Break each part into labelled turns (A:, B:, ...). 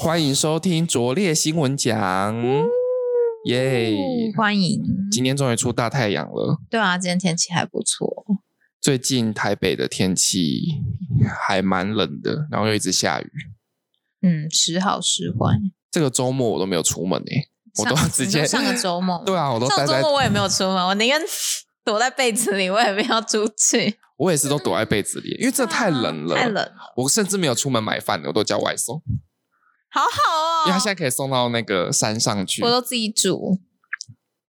A: 欢迎收听拙劣新闻奖，耶、
B: 嗯欢迎。
A: 今天终于出大太阳了。
B: 对啊，今天天气还不错。
A: 最近台北的天气还蛮冷的，然后又一直下雨。
B: 嗯，时好时坏。
A: 这个周末我都没有出门诶、我都
B: 上
A: 直接，
B: 你说上个周末
A: 对 啊，我都
B: 上
A: 待
B: 个周
A: 在，
B: 末我也没有出门，我宁愿躲在被子里，我也不要出去。
A: 我也是都躲在被子里，因为 这太冷了，
B: 太冷。了，
A: 我甚至没有出门买饭，我都叫外送，
B: 好好哦。
A: 因为他现在可以送到那个山上去
B: 我，都自己煮。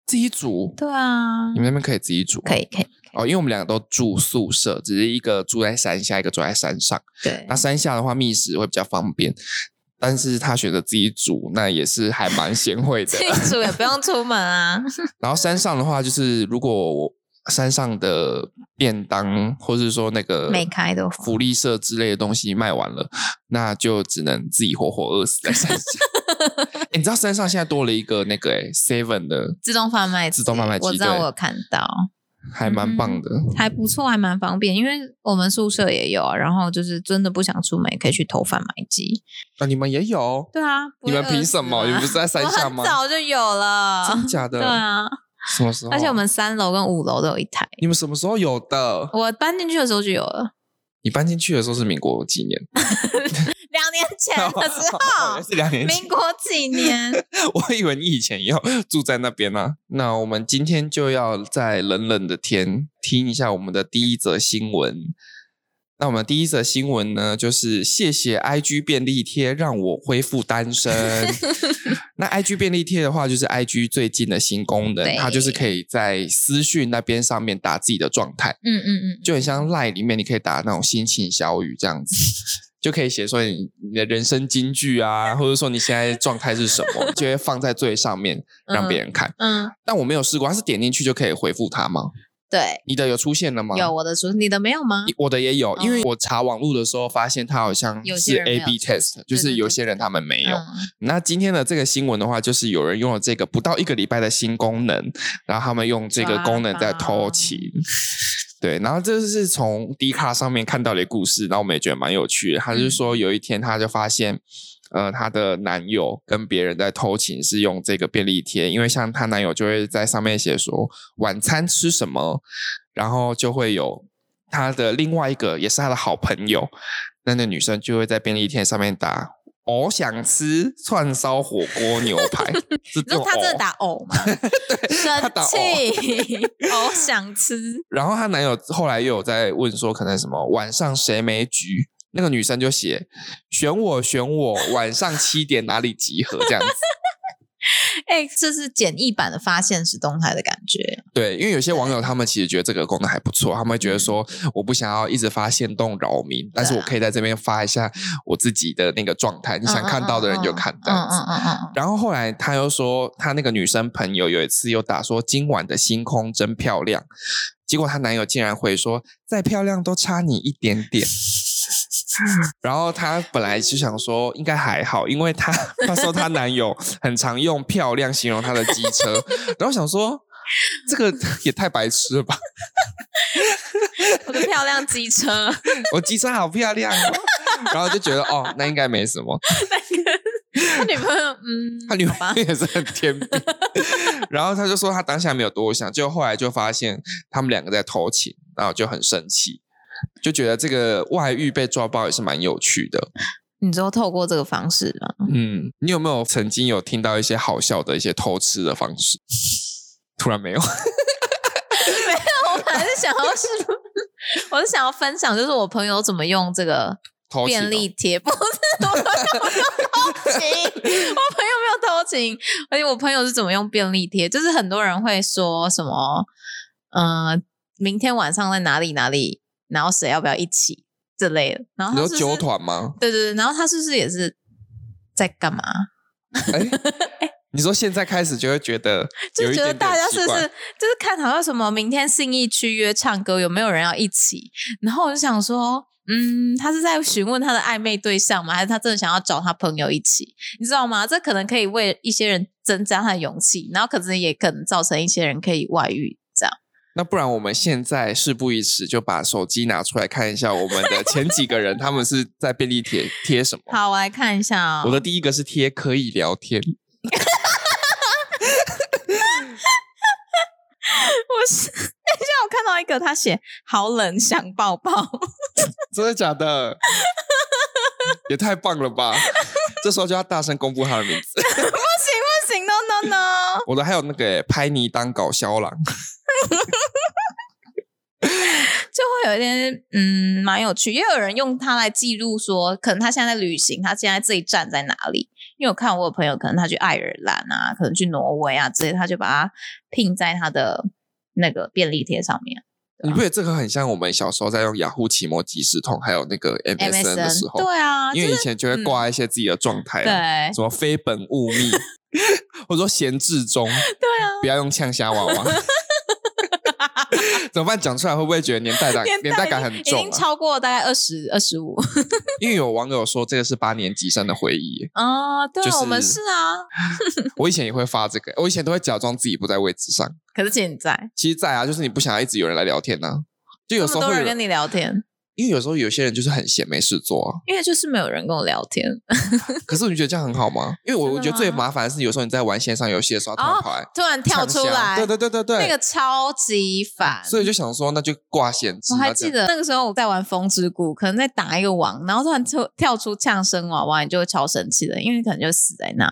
A: 自己煮。
B: 对啊
A: 你，们那边可以自己煮？
B: 可以可以。
A: 哦，因为我们两个都住宿舍，只是一个住在山下，一个住在山上。
B: 对
A: 那，山下的话，觅食会比较方便，但是他选择自己煮，那也是还蛮贤惠的
B: 自。己煮也不用出 门啊。
A: 然后山上的话，就是如果我山上的便当或是说那个
B: 没开的话
A: 福利社之类的东西卖完了，那就只能自己活活饿死在山下。 欸你知道山上现在多了一个那个、欸、Seven 的，
B: 自动贩卖机，
A: 自动贩卖机
B: 我知道
A: 对
B: 我有嗯看到。
A: 还蛮棒的。
B: 还不错，还蛮方便，因为我们宿舍也有，啊然后就是真的不想出门，也可以去投贩卖机。
A: 啊，你们也有？
B: 对啊，
A: 你们凭什么？你们不是在山
B: 我
A: 下
B: 很
A: 吗？
B: 早就有了，
A: 真的哦假的？
B: 对啊，
A: 什么时候？
B: 而且我们三楼跟五楼都有一台，
A: 你们什么时候有的？
B: 我搬进去的时候就有了，
A: 你搬进去的时候是民国几年？
B: 两年前的时候，
A: 是 两年前。
B: 民国几 年？
A: 我以为你以前也有住在那边呢、啊那我们今天就要在冷冷的天听一下我们的第一则新闻。那我们第一则新闻呢，就是谢谢 IG 便利贴让我恢复单身。 那 IG 便利贴的话，就是 IG 最近的新功能，
B: 对
A: 它就是可以在私讯那边上面打自己的状态。
B: 嗯嗯嗯，
A: 就很像 Line 里面，你可以打那种心情小语这样 子，就可以写说你你的人生金句啊，或者说你现在状态是什么，就会放在最上面 让别人看。
B: 嗯，
A: 但我没有试过，它是点进去就可以回复他吗？
B: 对，
A: 你的有出现了吗？
B: 有我啊的书，你的没有吗？
A: 我的也有，因为我查网络的时候发现它好像
B: 有些
A: 是
B: 人没
A: A
B: 有
A: B test，就
B: 对
A: 是
B: 对
A: 有
B: 对
A: 些人他们没有。
B: 嗯
A: 那今天的这个新闻的话，就是有人用了这个不到一个礼拜的新功能，然后他们用这个功能在偷情。对，然后这是从 d 卡上面看到的故事，然后我们也觉得蛮有趣的。他就是说有一天他就发现，呃，她的男友跟别人在偷情是用这个便利贴，因为像她男友就会在上面写说晚餐吃什么，然后就会有她的另外一个也是她的好朋友，那那女生就会在便利贴上面打。我想吃串烧火锅牛 排，是
B: 你说他真的
A: 哦
B: 打 呕吗？
A: 他打
B: 生气，好想吃。
A: 然后她男友后来又有在问说，可能什么晚上谁没局？那个女生就写选我选我，晚上七点哪里集合这样子。
B: 哎、这是简易版的发现实动态的感觉。
A: 对，因为有些网友他们其实觉得这个功能还不错，他们会
B: 嗯
A: 觉得说我不想要一直发现动扰民，但是
B: 啊
A: 我可以在这边发一下我自己的那个状态，你
B: 你
A: 想看到的人就看这
B: 嗯
A: 样
B: 嗯
A: 子。
B: 嗯嗯
A: 然后后来他又说，他那个女生朋友有一次又打说今晚的星空真漂亮，结果她男友竟然回说再漂亮都差你一点点。然后她本来就想说应该还好，因为她她说她男友很常用漂亮形容她的机车，然后想说这个也太白痴了吧，
B: 嗯，我的漂亮机车，
A: 我机车好漂亮、哦，然后就觉得哦那应该没什么，
B: 他女朋友，嗯，
A: 他女
B: 好
A: 朋
B: 吧
A: 友，也是很 天兵，然后他就说他当下没有多想，就后来就发现他们两个在偷情，然后就很生气，就觉得这个外遇被抓包也是蛮有趣的。
B: 你之后透过这个方式吗？
A: 嗯，你有没有曾经有听到一些好笑的一些偷吃的方式？突然没有，
B: 我还是想要是，我是想要分享，就是我朋友怎么用这个
A: 偷情哦
B: 便利贴，不是我朋友偷情，我朋友没有偷情，而且我朋友是怎么用便利贴，就是很多人会说什么，呃，明天晚上在哪里哪里，然后谁要不要一起之类的，然后
A: 哦你
B: 他
A: 说
B: 是哦不是
A: 纠，团 吗？
B: 对对对，然后他是不是也是在干嘛？
A: 哎，你说现在开始就会觉得有
B: 就
A: 一
B: 觉
A: 点
B: 得
A: 点
B: 大家
A: 奇
B: 是不
A: 怪
B: 是就是看好像什么明天信义区约唱歌有没有人要一起？然后我就想说，嗯，他是在询问他的暧昧对象吗？还是他真的想要找他朋友一起？你知道吗？这可能可以为一些人增加他的勇气，然后可能也可能造成一些人可以外遇这样。
A: 那不然我们现在事不宜迟，就把手机拿出来看一下我们的前几个人，他们是在便利贴贴什么？
B: 好，我来看一下哦。
A: 我的第一个是贴可以聊天，
B: 我是 等一下，我看到一个，他写好冷，想抱 抱。
A: 真的假的？也太棒了吧！这时候就要大声公布他的名字。
B: 不行不行，no no no！
A: 我的还有那个欸拍泥当搞笑郎，
B: 就会有一点嗯，蛮有趣。也有人用它来记录说，可能他现在在旅行，他现在这一站在哪里？因为我看我有朋友，可能他去爱尔兰啊，可能去挪威啊之类，他就把它拼在他的那个便利贴上面。
A: 你不觉得这个很像我们小时候在用雅虎奇摩即时通，还有那个 MSN 的时候？
B: 对啊，
A: 因为
B: 就
A: 以
B: 是
A: 前就会挂一些自己的状态、
B: 对
A: 啊，什么非本勿 密，或者说闲置中，
B: 对啊，
A: 不要用呛虾娃 娃。怎么办？讲出来会不会觉得年代感
B: 年
A: 年代感
B: 已
A: 很
B: 经已
A: 重
B: 经
A: 啊？
B: 超过大概二十二十五
A: 因为有网友说这个是八年级生的回忆，
B: 啊。对啊，
A: 就是
B: 我们是啊，
A: 我以前也会发这个，我以前都会假装自己不在位置上，
B: 可是现在
A: 其实在啊，就是你不想要一直有人来聊天呢、啊就有
B: 这
A: 时
B: 么
A: 候
B: 多
A: 会有
B: 人跟你聊天，
A: 因为有时候有些人就是很闲没事 做啊。
B: 因为就是没有人跟我聊天。
A: 可是你觉得这样很好吗？因为我
B: 真的
A: 我觉得最
B: 吗
A: 麻烦的是，有时候你在玩线上游戏的时候，突
B: 哦
A: 然跑来
B: 突然跳
A: 呛
B: 出
A: 虾
B: 来，
A: 对对对对对，
B: 那个超级烦。
A: 所以就想说，那就挂闲置。
B: 我还
A: 那这
B: 记
A: 样
B: 得那个时候我在玩《风之谷》，可能在打一个网，然后突然跳跳出呛声娃娃，你就会超生气的，因为你可能就死在那。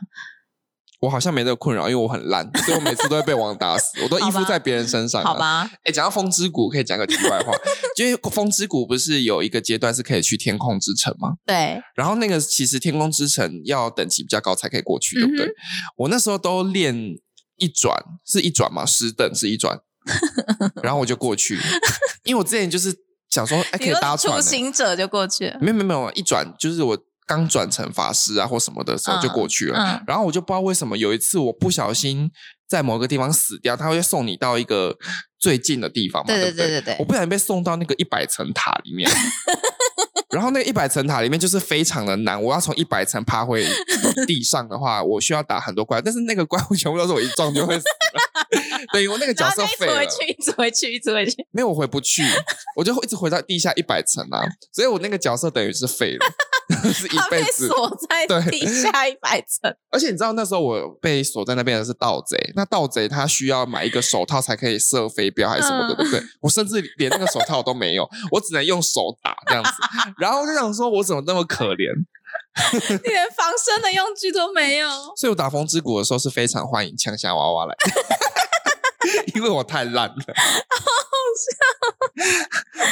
A: 我好像没这个困扰，因为我很烂，所以我每次都会被网打死，我都依
B: 好
A: 附
B: 吧
A: 在别人身上、
B: 好。吧，
A: 哎，讲到风之谷，可以讲个题外话，就是风之谷不是有一个阶段是可以去天空之城吗？
B: 对，
A: 然后那个其实天空之城要等级比较高才可以过去，对不对？
B: 嗯
A: 我那时候都练一转，是一转嘛，十等是一 转，然后我就过去， 因为我之前就是想说，哎，可
B: 你
A: 以
B: 说
A: 搭
B: 是
A: 船、
B: 初
A: 欸，
B: 行者就过去了，
A: 没有没有没有，一转就是我刚转成法师啊或什么的时候就过去了，
B: 嗯，
A: 然后我就不知道为什么有一次我不小心在某个地方死掉，他会送你到一个最近的地方嘛，对
B: 对对
A: 不
B: 对对对
A: 我，不小心被送到那个一百层塔里 面，然后那一百层塔里面就是非常的难，我要从一百层爬回地上的话，我需要打很多怪，但是那个怪物全部都是我一撞就会死了，对我那个角
B: 然后
A: 色
B: 就一
A: 废
B: 直
A: 了
B: 回，去，一直回去，一直回去，
A: 没有我回不去，我就一直回到地下一百层啊，所以我那个角色等于是废了， 是一
B: 他
A: 辈
B: 被
A: 子。
B: 锁在
A: 对
B: 地下一百 层，
A: 而且你知道那时候我被锁在那边的是盗贼，那盗贼他需要买一个手套才可以射飞镖还是什么的，
B: 嗯
A: 对不对？我甚至连那个手套都没有，我只能用手打这样子。 然后我就想说，我怎么那么可怜？
B: 你连防身的用具都没有。
A: 所以我打风之谷的时候是非常欢迎枪下娃娃来， 因为我太烂了。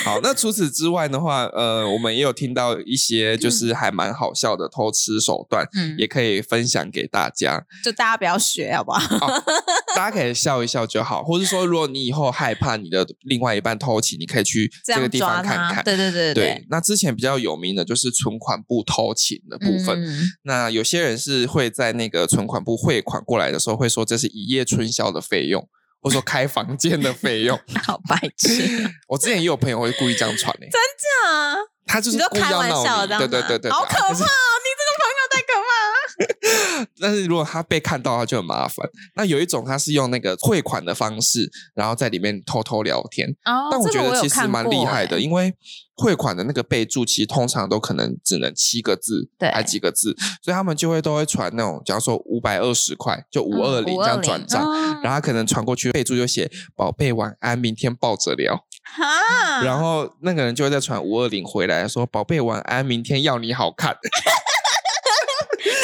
A: 好，那除此之外的话，呃，我们也有听到一些就是还蛮好笑的偷吃手段，
B: 嗯，
A: 也可以分享给大家。
B: 就大家不要学，好不好？
A: 大家可以笑一笑就好，或是说，如果你以后害怕你的另外一半偷情，你可以去
B: 这
A: 这个
B: 样
A: 地方
B: 抓
A: 看
B: 他，
A: 看。
B: 对对对对，
A: 那之前比较有名的就是存款部偷情的部分。
B: 嗯
A: 那有些人是会在那个存款部汇款过来的时候，会说这是一夜春宵的费用，或者说开房间的费用。
B: 好白 痴，
A: 我之前也有朋友会故意这样传诶、
B: 这样啊。
A: 他就是
B: 你都
A: 故意
B: 开
A: 要
B: 玩
A: 闹
B: 笑
A: 你
B: 的，
A: 对对对对，啊
B: 好
A: 对
B: 可怕哦！你这个朋友太可怕了。
A: 但是如果他被看到，他就很麻烦。那有一种他是用那个汇款的方式，然后在里面偷偷聊天，
B: 哦
A: 但我
B: 这
A: 觉
B: 个
A: 得
B: 有
A: 其实
B: 看
A: 蛮
B: 过
A: 厉害的，
B: 欸
A: 因为汇款的那个备注其实通常都可能只能七个字，
B: 对
A: 还几个字，所以他们就会都会传那种，假如说五百二十块，就五二零这样转账。
B: 嗯
A: 然后他可能传过去，备注就写“宝贝晚安，明天抱着聊”，
B: 哈，
A: 然后那个人就会再传五二零回来说“宝贝晚安，明天要你好看。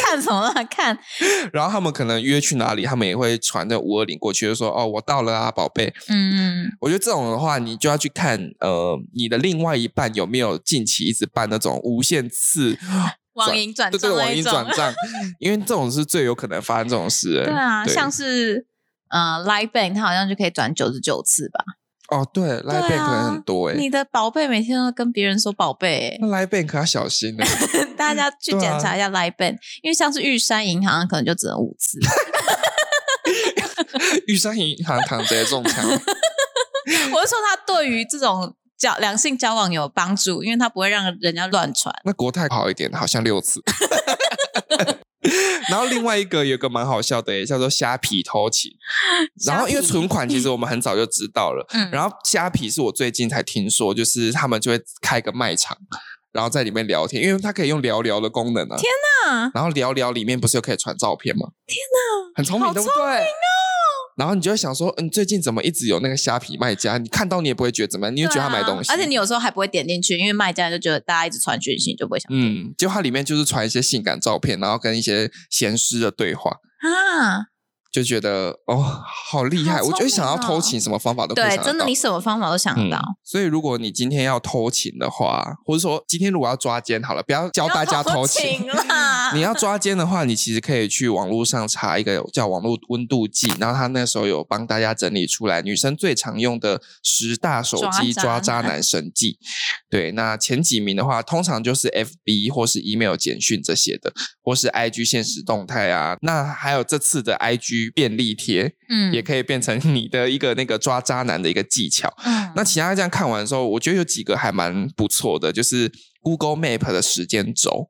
B: 看什么啦？看，”
A: 然后他们可能约去哪里，他们也会传那五二零过去，就说“哦，我到了啊，宝贝”。
B: 嗯，
A: 我觉得这种的话，你就要去看，呃，你的另外一半有没有近期一直办那种无限次，
B: 网银转
A: 对对，
B: 账那
A: 网
B: 一
A: 银
B: 种，
A: 转 账，因为这种是最有可能发生这种事的。
B: 对啊，
A: 对
B: 像是呃，Line Bank 它好像就可以转九十九次吧？
A: 哦，对，来
B: 啊
A: bank 可能很多哎、
B: 你的宝贝每天都跟别人说宝贝
A: 那，来 bank 要小心 呢、
B: 欸大家去
A: 对啊
B: 检查一下 Line Bank，因为像是玉山银行可能就只能五 次。
A: 玉山银行躺直接中枪，
B: 我是说，他对于这种交两性交往有帮助，因为他不会让人家乱传。
A: 那国泰好一点，好像六次。 然后另外一个有个蛮好笑的耶，欸叫做虾皮偷情。然后因为存款其实我们很早就知道了，
B: 嗯
A: 然后虾皮是我最近才听说，就是他们就会开个卖场，然后在里面聊天，因为它可以用聊聊的功能啊。天
B: 哪！
A: 然后聊聊里面不是又可以传照片吗？天哪，很聪明，
B: 好
A: 对不对？然后你就会想说，嗯，最近怎么一直有那个虾皮卖家？你看到你也不会觉得怎么样，你就觉得他买东西，
B: 啊而且你有时候还不会点进去，因为卖家就觉得大家一直传讯息，你就不会想点、
A: 嗯，就它里面就是传一些性感照片，然后跟一些闲诗的对话，
B: 啊。
A: 就觉得哦，好厉害！
B: 好
A: 我
B: 啊聪
A: 就会想要
B: 明哦
A: 偷情，什么方法都可以
B: 对
A: 想，得
B: 真的，
A: 到
B: 你什么方法都想得
A: 嗯
B: 到。，
A: 所以如果你今天要偷情的话，或者说今天如果要抓奸好了，不要教大家
B: 不要
A: 偷
B: 情
A: 情。
B: 啦。
A: 你要抓奸的话，你其实可以去网络上查一个叫网络温度计，然后他那时候有帮大家整理出来女生最常用的十大手机
B: 抓
A: 抓渣
B: 渣男
A: 男神 技。对，那前几名的话，通常就是 FB 或是 email 简讯这些的，或是 IG 现实动态啊。那还有这次的 IG 便利贴，
B: 嗯
A: 也可以变成你的一个那个抓渣男的一个技巧。
B: 嗯
A: 那其他这样看完的时候，我觉得有几个还蛮不错的，就是 Google Map 的时间轴，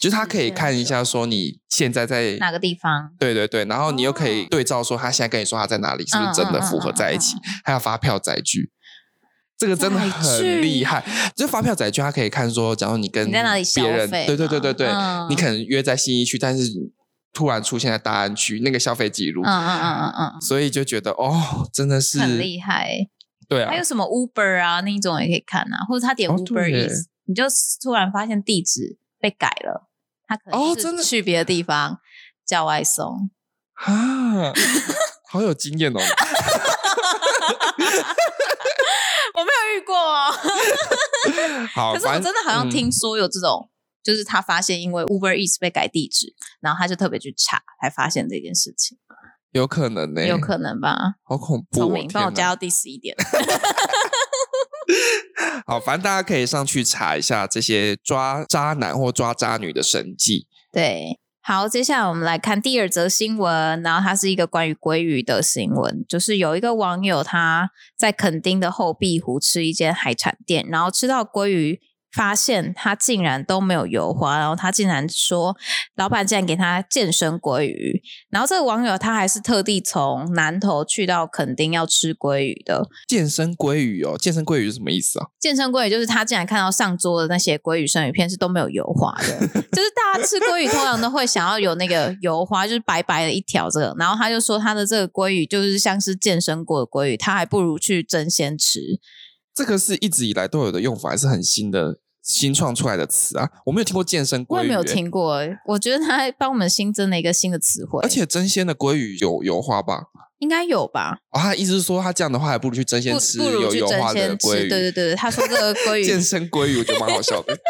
A: 就是它可以看一下说你现在在
B: 哪个地方？
A: 对对对，然后你又可以
B: 哦
A: 对照说他现在跟你说他在哪里，是不
B: 嗯
A: 是真的符合
B: 嗯嗯
A: 在一起？还有发票载具。这个真的
B: 载具
A: 很厉害，就是发票载具，它可以看说，假如你跟
B: 你在哪里消
A: 别人，
B: 费
A: 对对对对对，
B: 嘛嗯
A: 你可能约在信义区，但是突然出现在大安区，那个消费记录，
B: 嗯嗯嗯嗯
A: 所以就觉得哦，真的是
B: 嗯，很厉害欸。
A: 对啊，
B: 还有什么 Uber 啊那一种也可以看啊，或者他点
A: 哦
B: Uber
A: 对耶
B: Eats，、你就突然发现地址被改了，他可能
A: 哦
B: 是
A: 真的
B: 去别的地方叫外送。
A: 啊，好有经验哦！
B: 我没有遇过哦，
A: 好，
B: 可是我
A: 反
B: 真
A: 正
B: 的好像
A: 嗯
B: 听说有这种，就是他发现因为 Uber Eats 被改地址，然后他就特别去查，才发现这件事情，
A: 有可能呢，
B: 有可能吧？
A: 好恐怖、哦！
B: 聪明，帮我
A: 天
B: 加
A: 哪
B: 到第十一点。
A: 好，反正大家可以上去查一下这些抓渣男或抓渣女的神迹。
B: 对，好，接下来我们来看第二则新闻，然后它是一个关于鲑鱼的新闻，就是有一个网友他在垦丁的后壁湖吃一间海产店，然后吃到鲑鱼。发现他竟然都没有油花，然后他竟然说老板竟然给他健身鲑鱼，然后这个网友他还是特地从南投去到垦丁要吃鲑鱼的，
A: 健身鲑鱼哦，健身鲑鱼是什么意思啊？
B: 健身鲑鱼就是他竟然看到上桌的那些鲑鱼生鱼片是都没有油花的， 就是大家吃鲑鱼通常都会想要有那个油花，就是白白的一条这个。然后他就说他的这个鲑鱼就是像是健身过的鲑鱼，他还不如去蒸鲜吃。
A: 这个是一直以来都有的用法，还是很新的新创出来的词啊？我没有听过健身鲑鱼、
B: 我也没有
A: 欸。
B: 听过欸，我觉得他帮我们新增了一个新的词汇，
A: 而且真鲜的鲑鱼有油花吧？
B: 应该有吧？
A: 哦，他的意思是说，他这样的话，还不如去真鲜
B: 不
A: 吃
B: 不如
A: 有
B: 去
A: 油
B: 蒸
A: 花
B: 鲜
A: 的
B: 吃。
A: 鲑
B: 对
A: 鱼。
B: 对对，他说这个 鲑鱼
A: 健身鲑鱼我觉得蛮好笑的。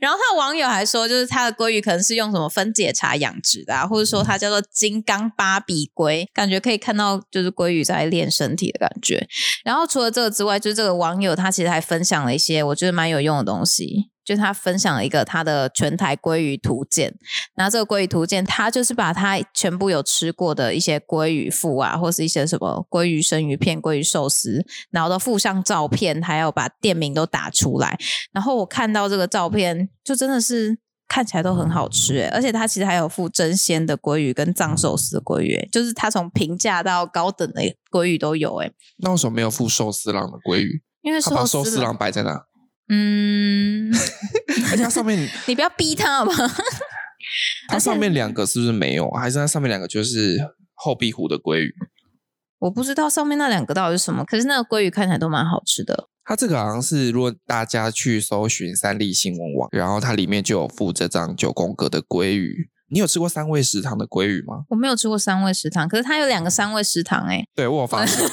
B: 然后他的网友还说，就是他的鲑鱼可能是用什么分解茶养殖的、啊，或者说它叫做金刚芭比鲑，感觉可以看到就是鲑鱼在练身体的感觉。然后除了这个之外，就是这个网友他其实还分享了一些我觉得蛮有用的东西。就是他分享了一个他的全台鲑鱼图鉴，然后这个鲑鱼图鉴，他就是把他全部有吃过的一些鲑鱼腹啊，或是一些什么鲑鱼生鱼片、鲑鱼寿司，然后都附上照片，还有把店名都打出来。然后我看到这个照片，就真的是看起来都很好吃欸诶，而且它其实还有附真鲜的鲑鱼跟藏寿司的鲑鱼诶，就是它从平价到高等的鲑鱼都有诶，欸
A: 那为什么没有附寿司郎的鲑鱼？
B: 因为
A: 他把
B: 寿
A: 寿司
B: 司
A: 郎摆 在哪？
B: 嗯，
A: 而且它上面
B: 你不要逼他好吗？
A: 它上面两个是不是没有？啊还是它上面两个就是后壁湖的鲑鱼？
B: 我不知道上面那两个到底是什么，可是那个鲑鱼看起来都蛮好吃的。
A: 它这个好像是，如果大家去搜寻三立新闻网，然后它里面就有附这张九宫格的鲑鱼。你有吃过三味食堂的鲑鱼吗？
B: 我没有吃过三味食堂，可是它有两个三味食堂诶，
A: 对我有发现，
B: 我在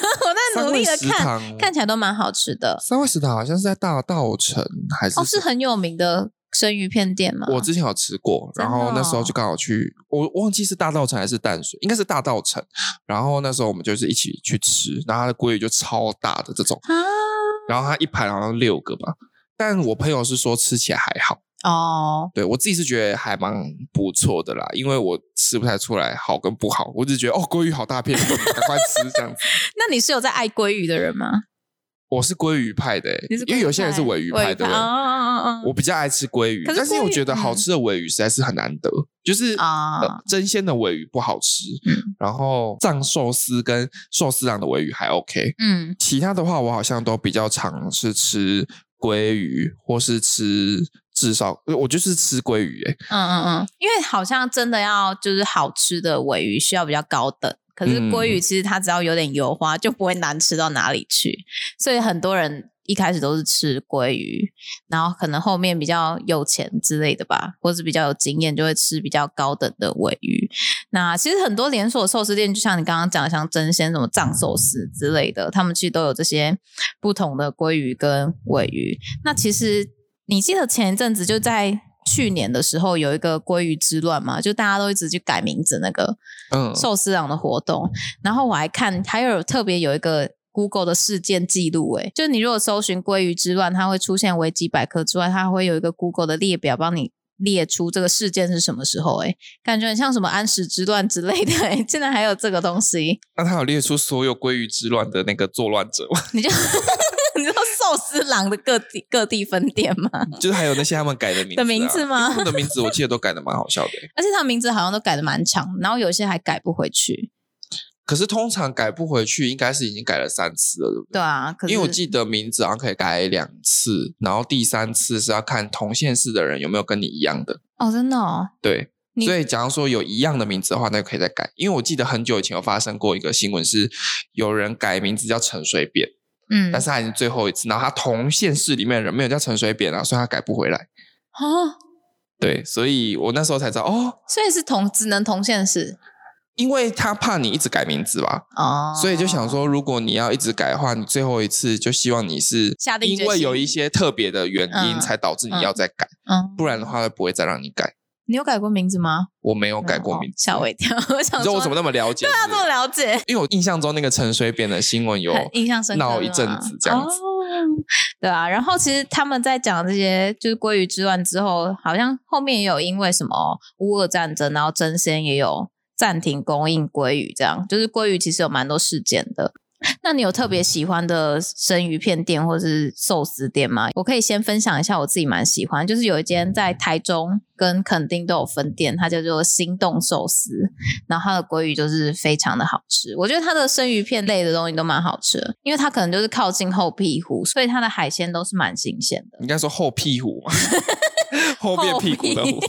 A: 三
B: 努力
A: 味
B: 的
A: 食
B: 看，
A: 堂
B: 看起来都蛮好吃的。
A: 三味食堂好像是在大道城还是
B: 哦，是很有名的生鱼片店吗？
A: 我之前有吃过，
B: 真
A: 然
B: 的
A: 后那时候
B: 哦
A: 就刚好去，我忘记是大道城还是淡水，应该是大道城。然后那时候我们就是一起去吃，然后它的鲑鱼就超大的这种，
B: 啊，
A: 然后它一盘好像六个吧。但我朋友是说吃起来还好，
B: 哦，
A: 对我自己是觉得还蛮不错的啦，因为我吃不太出来好跟不好， 我只觉得哦，鲑鱼好大片，赶快吃这样子。
B: 那你是有在爱鲑鱼的人吗？
A: 我是鲑鱼派的、欸
B: 你是，
A: 因为有些人是尾
B: 尾
A: 鱼派的
B: 啊，啊啊
A: 我比较爱吃鲑鱼，
B: 可是
A: 但是
B: 鲑
A: 我
B: 鱼
A: 觉得好
B: 嗯
A: 吃的尾鱼实在是很难得，就是
B: 啊嗯
A: 呃真鲜的尾鱼不好吃，然后藏寿司跟寿司郎的尾鱼还 OK，
B: 嗯
A: 其他的话我好像都比较常是吃鲑鱼或是吃炙烧，我就是吃鲑鱼、欸，
B: 嗯嗯嗯，因为好像真的要就是好吃的尾鱼需要比较高等。可是
A: 嗯
B: 鲑鱼其实它只要有点油花， 就不会难吃到哪里去。所以很多人一开始都是吃鲑鱼，然后可能后面比较有钱之类的吧，或是比较有经验，就会吃比较高等的尾鱼。那其实很多连锁寿司店，就像你刚刚讲的，像真鲜什么藏寿司之类的，他们其实都有这些不同的鲑鱼跟尾鱼。那其实你记得前一阵子就在去年的时候有一个鲑鱼之乱嘛，就大家都一直去改名字那个
A: 嗯，
B: 寿司郎的活动，然后我还看还有特别有一个。Google 的事件记录，诶，就是你如果搜寻“鲑鱼之乱”，它会出现维基百科之外，它会有一个 Google 的列表帮你列出这个事件是什么时候，诶，感觉很像什么安史之乱之类的，诶，竟然还有这个东西，
A: 那他有列出所有鲑鱼之乱的那个作乱者吗，
B: 你就 你知道寿司郎的各地各地分店吗？
A: 就是还有那些他们改的名字、啊、
B: 的名字
A: 因为
B: 吗
A: 他们的名字我记得都改的蛮好笑的、欸
B: 而且他名字好像都改的蛮长，然后有些还改不回去。
A: 可是通常改不回去，应该是已经改了三次了，对不对？
B: 对啊，可是
A: 因为我记得名字好像可以改两次，然后第三次是要看同县市的人有没有跟你一样的。
B: 哦，真的哦，
A: 对，
B: 你
A: 所以假如说有一样的名字的话，那就可以再改。因为我记得很久以前有发生过一个新闻，是有人改名字叫陈水扁，
B: 嗯，
A: 但是他已经最后一次，然后他同县市里面的人没有叫陈水扁啊，所以他改不回来。
B: 哦，
A: 对，所以我那时候才知道哦，
B: 所以是同只能同县市
A: 因为他怕你一直改名字吧，
B: 哦，
A: 所以就想说，如果你要一直改的话，你最后一次就希望你是
B: 下定决
A: 因为
B: 心
A: 有一些特别的原因
B: 嗯
A: 才导致你要再改，
B: 嗯，
A: 不然的话不会再让你改。
B: 你有改过名字吗？
A: 我没有改过名
B: 哦
A: 字，
B: 吓我一跳，我想
A: 你知道
B: 说啊
A: 我怎么那么了解？
B: 大家
A: 是
B: 这
A: 不是
B: 么了解，
A: 因为我印象中那个陈水扁的新闻有
B: 很印象深刻
A: 闹一阵子这样子
B: 子。哦对啊，然后其实他们在讲这些就是鲑鱼之乱之后，好像后面也有因为什么乌俄战争，然后争先也有暂停供应鲑鱼，这样就是鲑鱼其实有蛮多事件的。那你有特别喜欢的生鱼片店或是寿司店吗？我可以先分享一下我自己蛮喜欢，就是有一间在台中跟垦丁都有分店，它叫做心动寿司，然后它的鲑鱼就是非常的好吃。我觉得它的生鱼片类的东西都蛮好吃的，因为它可能就是靠近后壁湖，所以它的海鲜都是蛮新鲜的。
A: 应该说后屁股嘛， 后面屁股的
B: 后
A: 虎。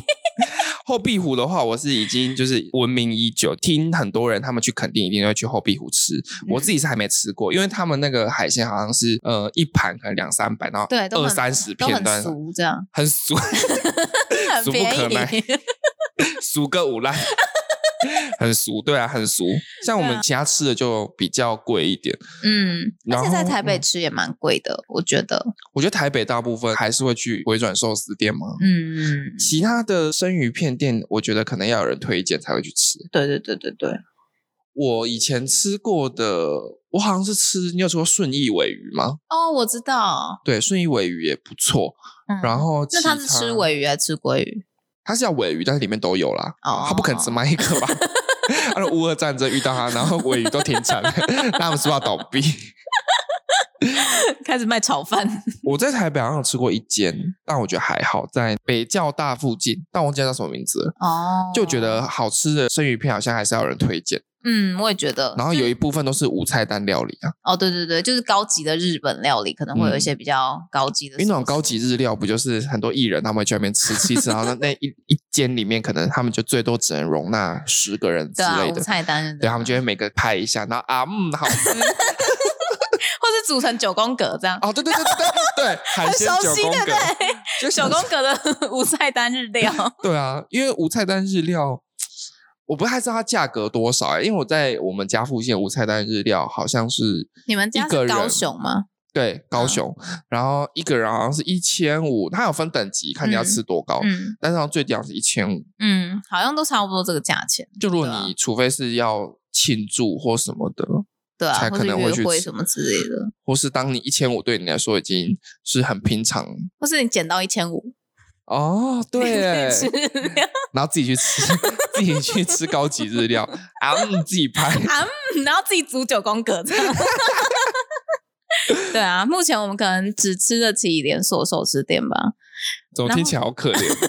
A: 后壁虎的话，我是已经就是闻名已久，听很多人他们去垦丁一定会去后壁虎吃，
B: 嗯
A: 我自己是还没吃过，因为他们那个海鲜好像是呃一盘可能两三百，然后
B: 对都很
A: 二三十
B: 都
A: 片
B: 很
A: 段，
B: 俗，这样
A: 很俗，
B: 很
A: 俗不
B: 便
A: 可耐
B: 宜。
A: 俗个无赖， 很俗，对啊，很俗。像我们其他吃的就比较贵一点，
B: 嗯，而
A: 然
B: 且
A: 后
B: 在台北吃也蛮贵的，我觉得。
A: 我觉得台北大部分还是会去回转寿司店嘛。
B: 嗯，
A: 其他的生鱼片店，我觉得可能要有人推荐才会去吃。
B: 对对对对对，
A: 我以前吃过的，我好像是吃，你有吃过顺义尾鱼吗？
B: 哦，我知道。
A: 对，顺义尾鱼也不错。
B: 嗯
A: 然后
B: 那
A: 其
B: 他是吃，尾鱼还是吃鲑鱼？
A: 他是要尾鱼，但是里面都有啦。
B: 哦
A: 他不肯只卖一 个吧？而乌俄战争遇到他，然后尾鱼都停产了，那他们是不是要倒闭？
B: 开始卖炒饭。
A: 我在台北好像有吃过一间，但我觉得还好，在北教大附近，但我忘记它叫什么名字了。
B: 哦
A: 就觉得好吃的生鱼片好像还是要有人推荐，
B: 嗯，我也觉得。
A: 然后有
B: 就
A: 一部分都是无菜单料理啊，
B: 哦，对对对，就是高级的日本料理可能会有一些比较高级的
A: 因为
B: 寿司，
A: 那种嗯高级日料不就是很多艺人他们会去外面吃吃一吃，然后那那一一间里面可能他们就最多只能容纳十个人之
B: 对啊，
A: 类
B: 无
A: 的，
B: 菜单，
A: 对他们就会每个拍一下，然后啊嗯好吃
B: 或是组成九宫格这样，
A: 哦对对对对对对，海
B: 很
A: 鲜
B: 熟
A: 九
B: 悉，
A: 宫
B: 对不
A: 格，
B: 对？
A: 就
B: 九
A: 想
B: 宫格的 无菜单日 料，
A: 对啊，因为无菜单日料，我不太知道它价格多少、欸，因为我在我们家附近的无菜单日料好像是
B: 你们家
A: 一个人
B: 是高雄吗？
A: 对
B: 嗯
A: 高雄，然后一个人好像是一千五，它有分等级，看你要吃多高，
B: 嗯
A: 但是好像最低好像是一千五。
B: 嗯，好像都差不多这个价钱，
A: 就如果
B: 对啊
A: 你除非是要庆祝或什么的，
B: 对啊
A: 才，
B: 或
A: 可
B: 是
A: 能会去
B: 约会
A: 吃
B: 什么之类的，
A: 或是当你一千五对你来说已经是很平 常
B: 或是你捡到一千五，
A: 哦，对 耶，
B: 吃日料，
A: 然后自己去吃，自己去吃高级日料， 啊，嗯自己拍。
B: 嗯然后自己组九宫格这样。 对啊，目前我们可能只吃得起连锁寿司店吧。
A: 怎么听起来好可怜？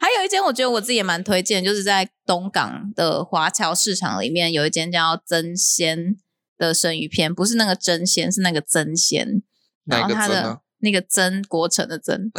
B: 还有一间，我觉得我自己也蛮推荐，就是在东港的华侨市场里面有一间叫真鲜的生鱼片，不是那个真鲜，是那个真鲜。然
A: 哪
B: 后
A: 个
B: 它
A: 真啊
B: 的、
A: 呢？
B: 那个真国城的真，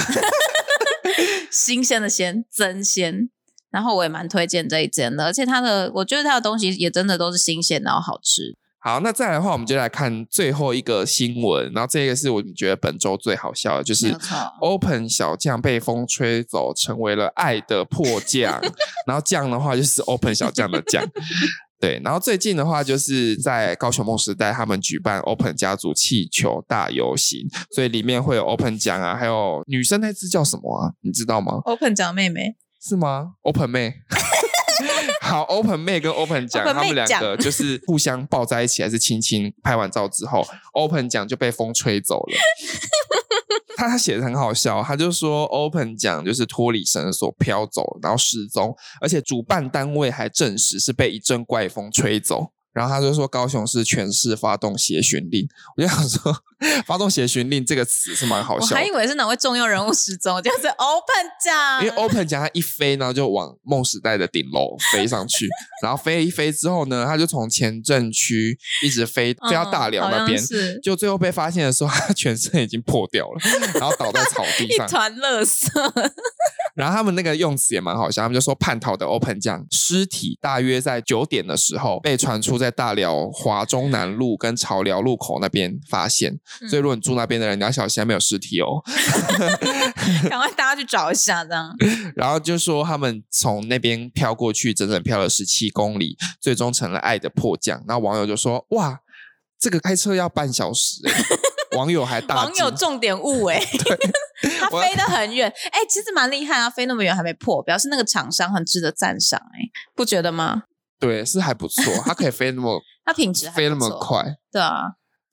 B: 新鲜的鲜真鲜。然后我也蛮推荐这一间的，而且它的我觉得它的东西也真的都是新鲜，然后好吃。
A: 好，那再来的话，我们就来看最后一个新闻，然后这个是我们觉得本周最好笑的，就
B: 没
A: 是
B: 有错
A: Open 小将被风吹走，成为了爱的迫降。然后降的话就是 Open 小将的降。 对，然后最近的话，就是在高雄梦时代，他们举办 Open 家族气球大游行，所以里面会有 Open 奖啊，还有女生那只叫什么啊？你知道吗？
B: Open 讲妹妹，
A: 是吗？Open 妹。好，Open 妹跟 Open 奖，
B: Open
A: 他们
B: 妹
A: 两个就是互相抱在一起，还是亲亲？拍完照之 后，Open 奖就被风吹走了。他他写的很好笑，他就说 Open 奖就是脱离绳索飘走，然后失踪，而且主办单位还证实是被一阵怪风吹走。然后他就说高雄市全市发动协巡令，我就想说 发动协巡令这个词是蛮好
B: 我
A: 笑的哦
B: 还以，为是哪位重要人物失踪，就是 Open 讲，
A: 因为 Open 讲它一飞，然后就往梦时代的顶楼飞上去，然后飞一飞之后呢，它就从前镇区一直飞飞到大寮
B: 嗯
A: 那
B: 好
A: 边
B: 像，是
A: 就最后被发现的时候，它全身已经破掉了，然后倒在草地
B: 一
A: 上。
B: 团垃圾。
A: 然后他们那个用词也蛮好笑，他们就说叛逃的 Open 酱尸体大约在九点的时候被传出在大寮华中南路跟潮寮路口那边发现，
B: 嗯
A: 所以如果你住那边的人，你要小心，还没有尸体哦。
B: 赶快大家去找一下，这样。
A: 然后就说他们从那边飘过去，整整飘了十七公里，最终成了爱的迫降。那网友就说：“哇，这个开车要半小时、 欸。”网友还大
B: 网
A: 惊
B: 友重点误哎、他
A: 我
B: 飞得很远，哎、其实蛮厉害啊，飞那么远还没破，表示那个厂商很值得赞赏哎，不觉得吗？
A: 对，是还不错，它可以飞那么
B: 它品质还
A: 飞那
B: 不
A: 么
B: 错，
A: 快。
B: 对啊，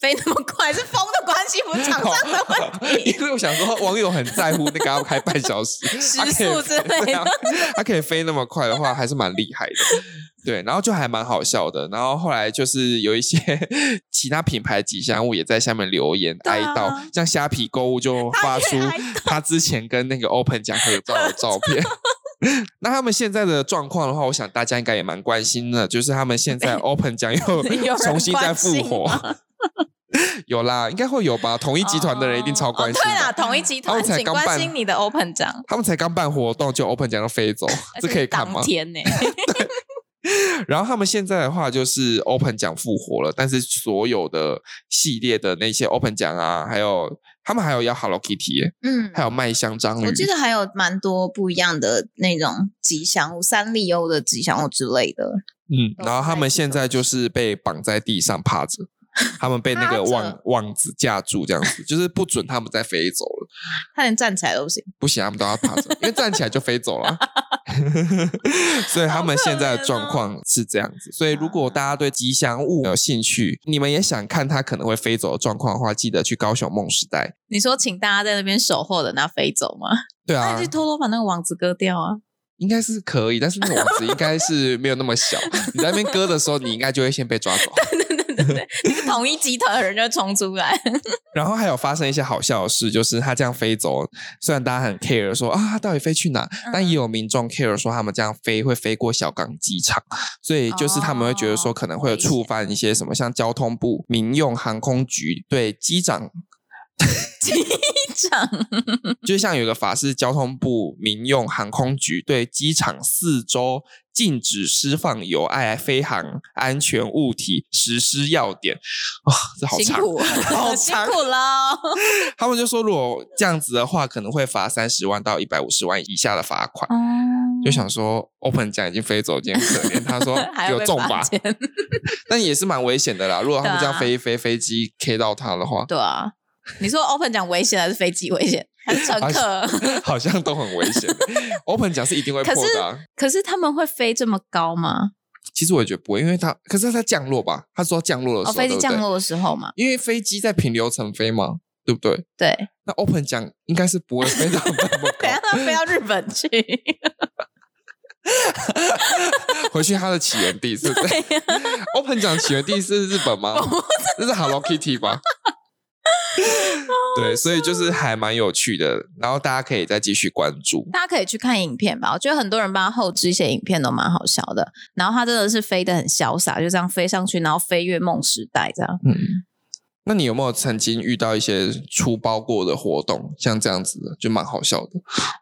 B: 飞那么快是风的关系，不是厂商的问题，
A: 因为我想说，网友很在乎那个要开半小时，
B: 时
A: 它可以
B: 速之类
A: 对啊
B: 的。
A: 它可以飞那么快的话，还是蛮厉害的。对，然后就还蛮好笑的。然后后来就是有一些其他品牌吉祥物也在下面留言、
B: 对啊
A: 哀悼，像虾皮购物就发出
B: 他也哀悼
A: 他之前跟那个 Open 讲合照的照片。 那他们现在的状况的话，我想大家应该也蛮关心的，就是他们现 在 Open 奖又
B: 有人
A: 重新再复
B: 关
A: 活， 有啦，应该会有吧？统一集团的人一定超关心
B: 哦
A: 的。
B: 对啦，统一集
A: 他
B: 团，
A: 们才
B: 请
A: 刚办
B: 关心你的 Open 奖，
A: 他们才刚办活动就 Open 奖都飞 走，这可以看吗
B: 当？天 呢、
A: 然后他们现在的话就是 Open 奖复活了，但是所有的系列的那些 Open 奖啊，还有他们还有要 Hello Kitty，耶、
B: 嗯
A: 还有麦香章鱼
B: 我，记得还有
A: 嗯
B: 蛮多不一样的那种吉祥物，三丽鸥的吉祥物之类的。
A: 嗯，
B: 都
A: 然后他们现在就是被绑在地上趴 着，他们被那个
B: 趴着
A: 网网子架住，这样子就是不准他们再飞走了，
B: 他连站起来都不行，
A: 不行，啊他们都要趴着，因为站起来就飞走了。啊 所以他们现在的状
B: 哦
A: 况是这样子。所以如果大
B: 啊
A: 家对吉祥物有兴趣，你们也想看它可能会飞走的状况的话，记得去高雄梦时代。
B: 你说请大家在那边守候的，那飞走 吗？
A: 对
B: 那
A: 啊
B: 你去，偷偷把那个网子割掉啊！
A: 应该是可以，但是那个网子应该是没有那么 小。你在那边割的时候，你应该就会先被抓走。
B: 对对对对，那个统一集团的人就会冲出来。
A: 然后还有发生一些好笑的事，就是他这样飞走，虽然大家很 care 说啊，他到底飞去哪，
B: 嗯
A: 但也有民众 care 说他们这样飞会飞过小港机场，所以就是他们会觉得
B: 哦
A: 说可能会有触犯一些什么，像交通部民用航空局对机 长
B: 机长，
A: 就像有个法是交通部民用航空局对机场四周禁止释放有碍飞航安全物体实施要点，哇、这好
B: 辛
A: 长。
B: 苦，
A: 好
B: 辛
A: 长哦
B: 苦喽。
A: 他们就说，如果这样子的话，可能会罚三十万到一百五十万以下的罚款。
B: 哦
A: 就想说，Open 奖已经飞走，今天可怜。他说
B: 嗯 还
A: 有
B: 要被
A: 中
B: 罚
A: 吧，
B: 钱。
A: 但也是蛮危险的啦。如果他们这样
B: 对啊
A: 飞一飞，飞机 K 到他的 话，
B: 对啊，你说 open 讲危险还是飞机危险，还是乘
A: 啊
B: 客？
A: 好像都很危险。Open 奖是一定会
B: 可
A: 破
B: 是
A: 的啊、
B: 可是他们会飞这么高吗？
A: 其实我也觉得不会，因为它可是它降落吧，他说降落的时候，
B: 哦，飞
A: 对
B: 机
A: 不
B: 降
A: 对
B: 落的时候嘛，
A: 因为飞机在平流层飞嘛，对不对？
B: 对，
A: 那 Open 讲应该是不会飞到那么
B: 等一下
A: 高，
B: 他飞到日本去，
A: 回去它的起源地是不是
B: 对呀
A: Open 讲起源地是日本吗？
B: 我不知
A: 那是 Hello Kitty 吧？对，所以就是还蛮有趣的，然后大家可以再继续关注。
B: 大家可以去看影片吧，我觉得很多人帮他后置一些影片都蛮好笑的。然后他真的是飞得很潇洒，就这样飞上去，然后飞越梦时代这样。
A: 嗯，那你有没有曾经遇到一些出包过的活动，像这样子的，就蛮好笑的。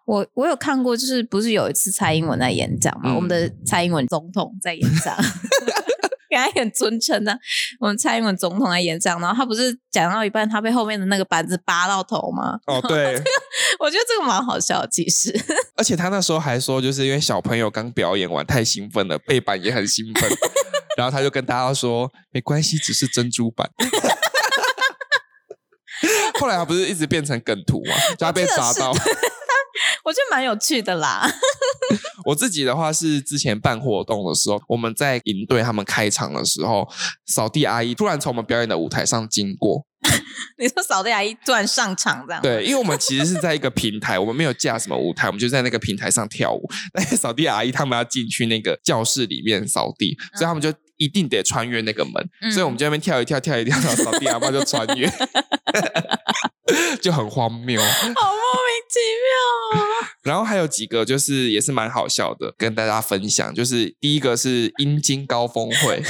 B: 我我有看过，就是不是有一次蔡英文在演讲嘛？
A: 嗯
B: 我们的蔡英文总统在演 讲，给他很尊称的、我们蔡英文总统在演讲，然后他不是讲到一半，他被后面的那个板子拔到头吗？
A: 哦，对，
B: 我觉得这个蛮好笑的，其实
A: 而且他那时候还说，就是因为小朋友刚表演完太兴奋了，背板也很兴奋，然后他就跟大家说没关系，只是珍珠板。 后来他不是一直变成梗图嘛，就他被砸到。
B: 我觉得蛮有趣的啦。
A: 我自己的话是之前办活动的时候，我们在营队他们开场的时候，扫地阿姨突然从我们表演的舞台上经过。
B: 你说扫地阿姨突然上场这样，
A: 对，因为我们其实是在一个平台，我们没有架什么舞台，我们就在那个平台上跳舞。但是扫地阿姨他们要进去那个教室里面扫地，所以他们就一定得穿越那个门，
B: 嗯
A: 所以我们就在那边跳一跳，跳一跳，然后扫地阿妈就穿 越， 就很荒谬。
B: 好莫名其妙哦。
A: 然后还有几个就是也是蛮好笑的，跟大家分享。就是第一个是阴茎高峰 会，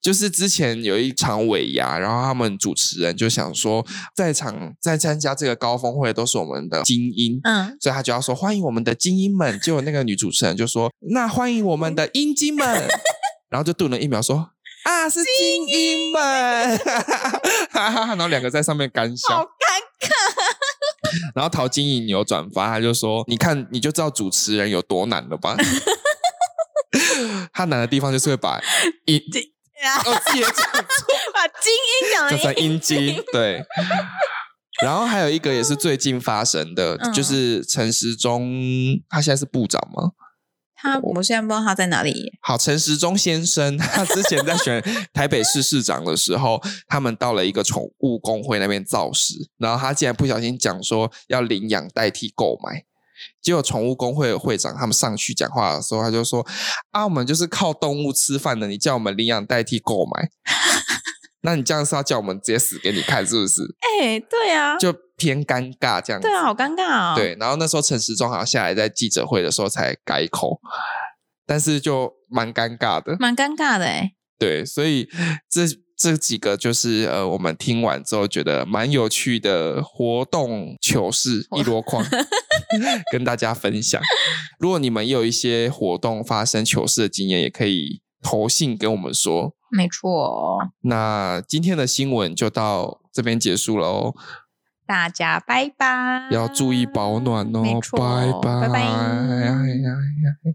A: 就是之前有一场尾牙，然后他们主持人就想说，在场在参加这个高峰会都是我们的精英。
B: 嗯，
A: 所以他就要说欢迎我们的精英们，结果那个女主持人就说那欢迎我们的阴精们， 然后就顿了一秒说啊是精英们，哈哈哈， 然后两个在上面干笑，
B: 好尴
A: 然后陶晶莹有转发，他就说：“你看，你就知道主持人有多难了吧？” 他难的地方就是会把音，
B: 尬，
A: 哦，自己也讲错，
B: 把精英讲
A: 讲成
B: 的
A: 音机，对。然后还有一个也是最近发生的，
B: 嗯
A: 就是陈时中，他现在是部长吗？
B: 他，我现在不知道他在哪里耶。
A: 好，陈时中先生，他之前在 选台北市市长的时候，他们到了一个宠物工会那边造势，然后他竟然不小心讲说要领养代替购买。结果宠物工会的会长他们上去讲话的时候，他就说：“啊，我们就是靠动物吃饭的，你叫我们领养代替购 买，那你这样是要叫我们直接死给你看是不是？
B: 哎、对啊，
A: 就偏尴尬这样子。
B: 对啊，好尴尬啊、哦。
A: 对，然后那时候陈时中好像下来在记者会的时候才改口，但是就蛮尴尬的。
B: 蛮尴尬的哎、
A: 对，所以这这几个就是呃，我们听完之后觉得蛮有趣的活动糗事一箩筐， 跟大家分享。如果你们也有一些活动发生糗事的经验，也可以投信跟我们说。
B: 没错，哦
A: 那今天的新闻就到这边结束了哦，
B: 大家拜拜，
A: 要注意保暖哦
B: 没，错
A: 拜
B: 拜
A: 拜
B: 拜
A: 哎呀哎呀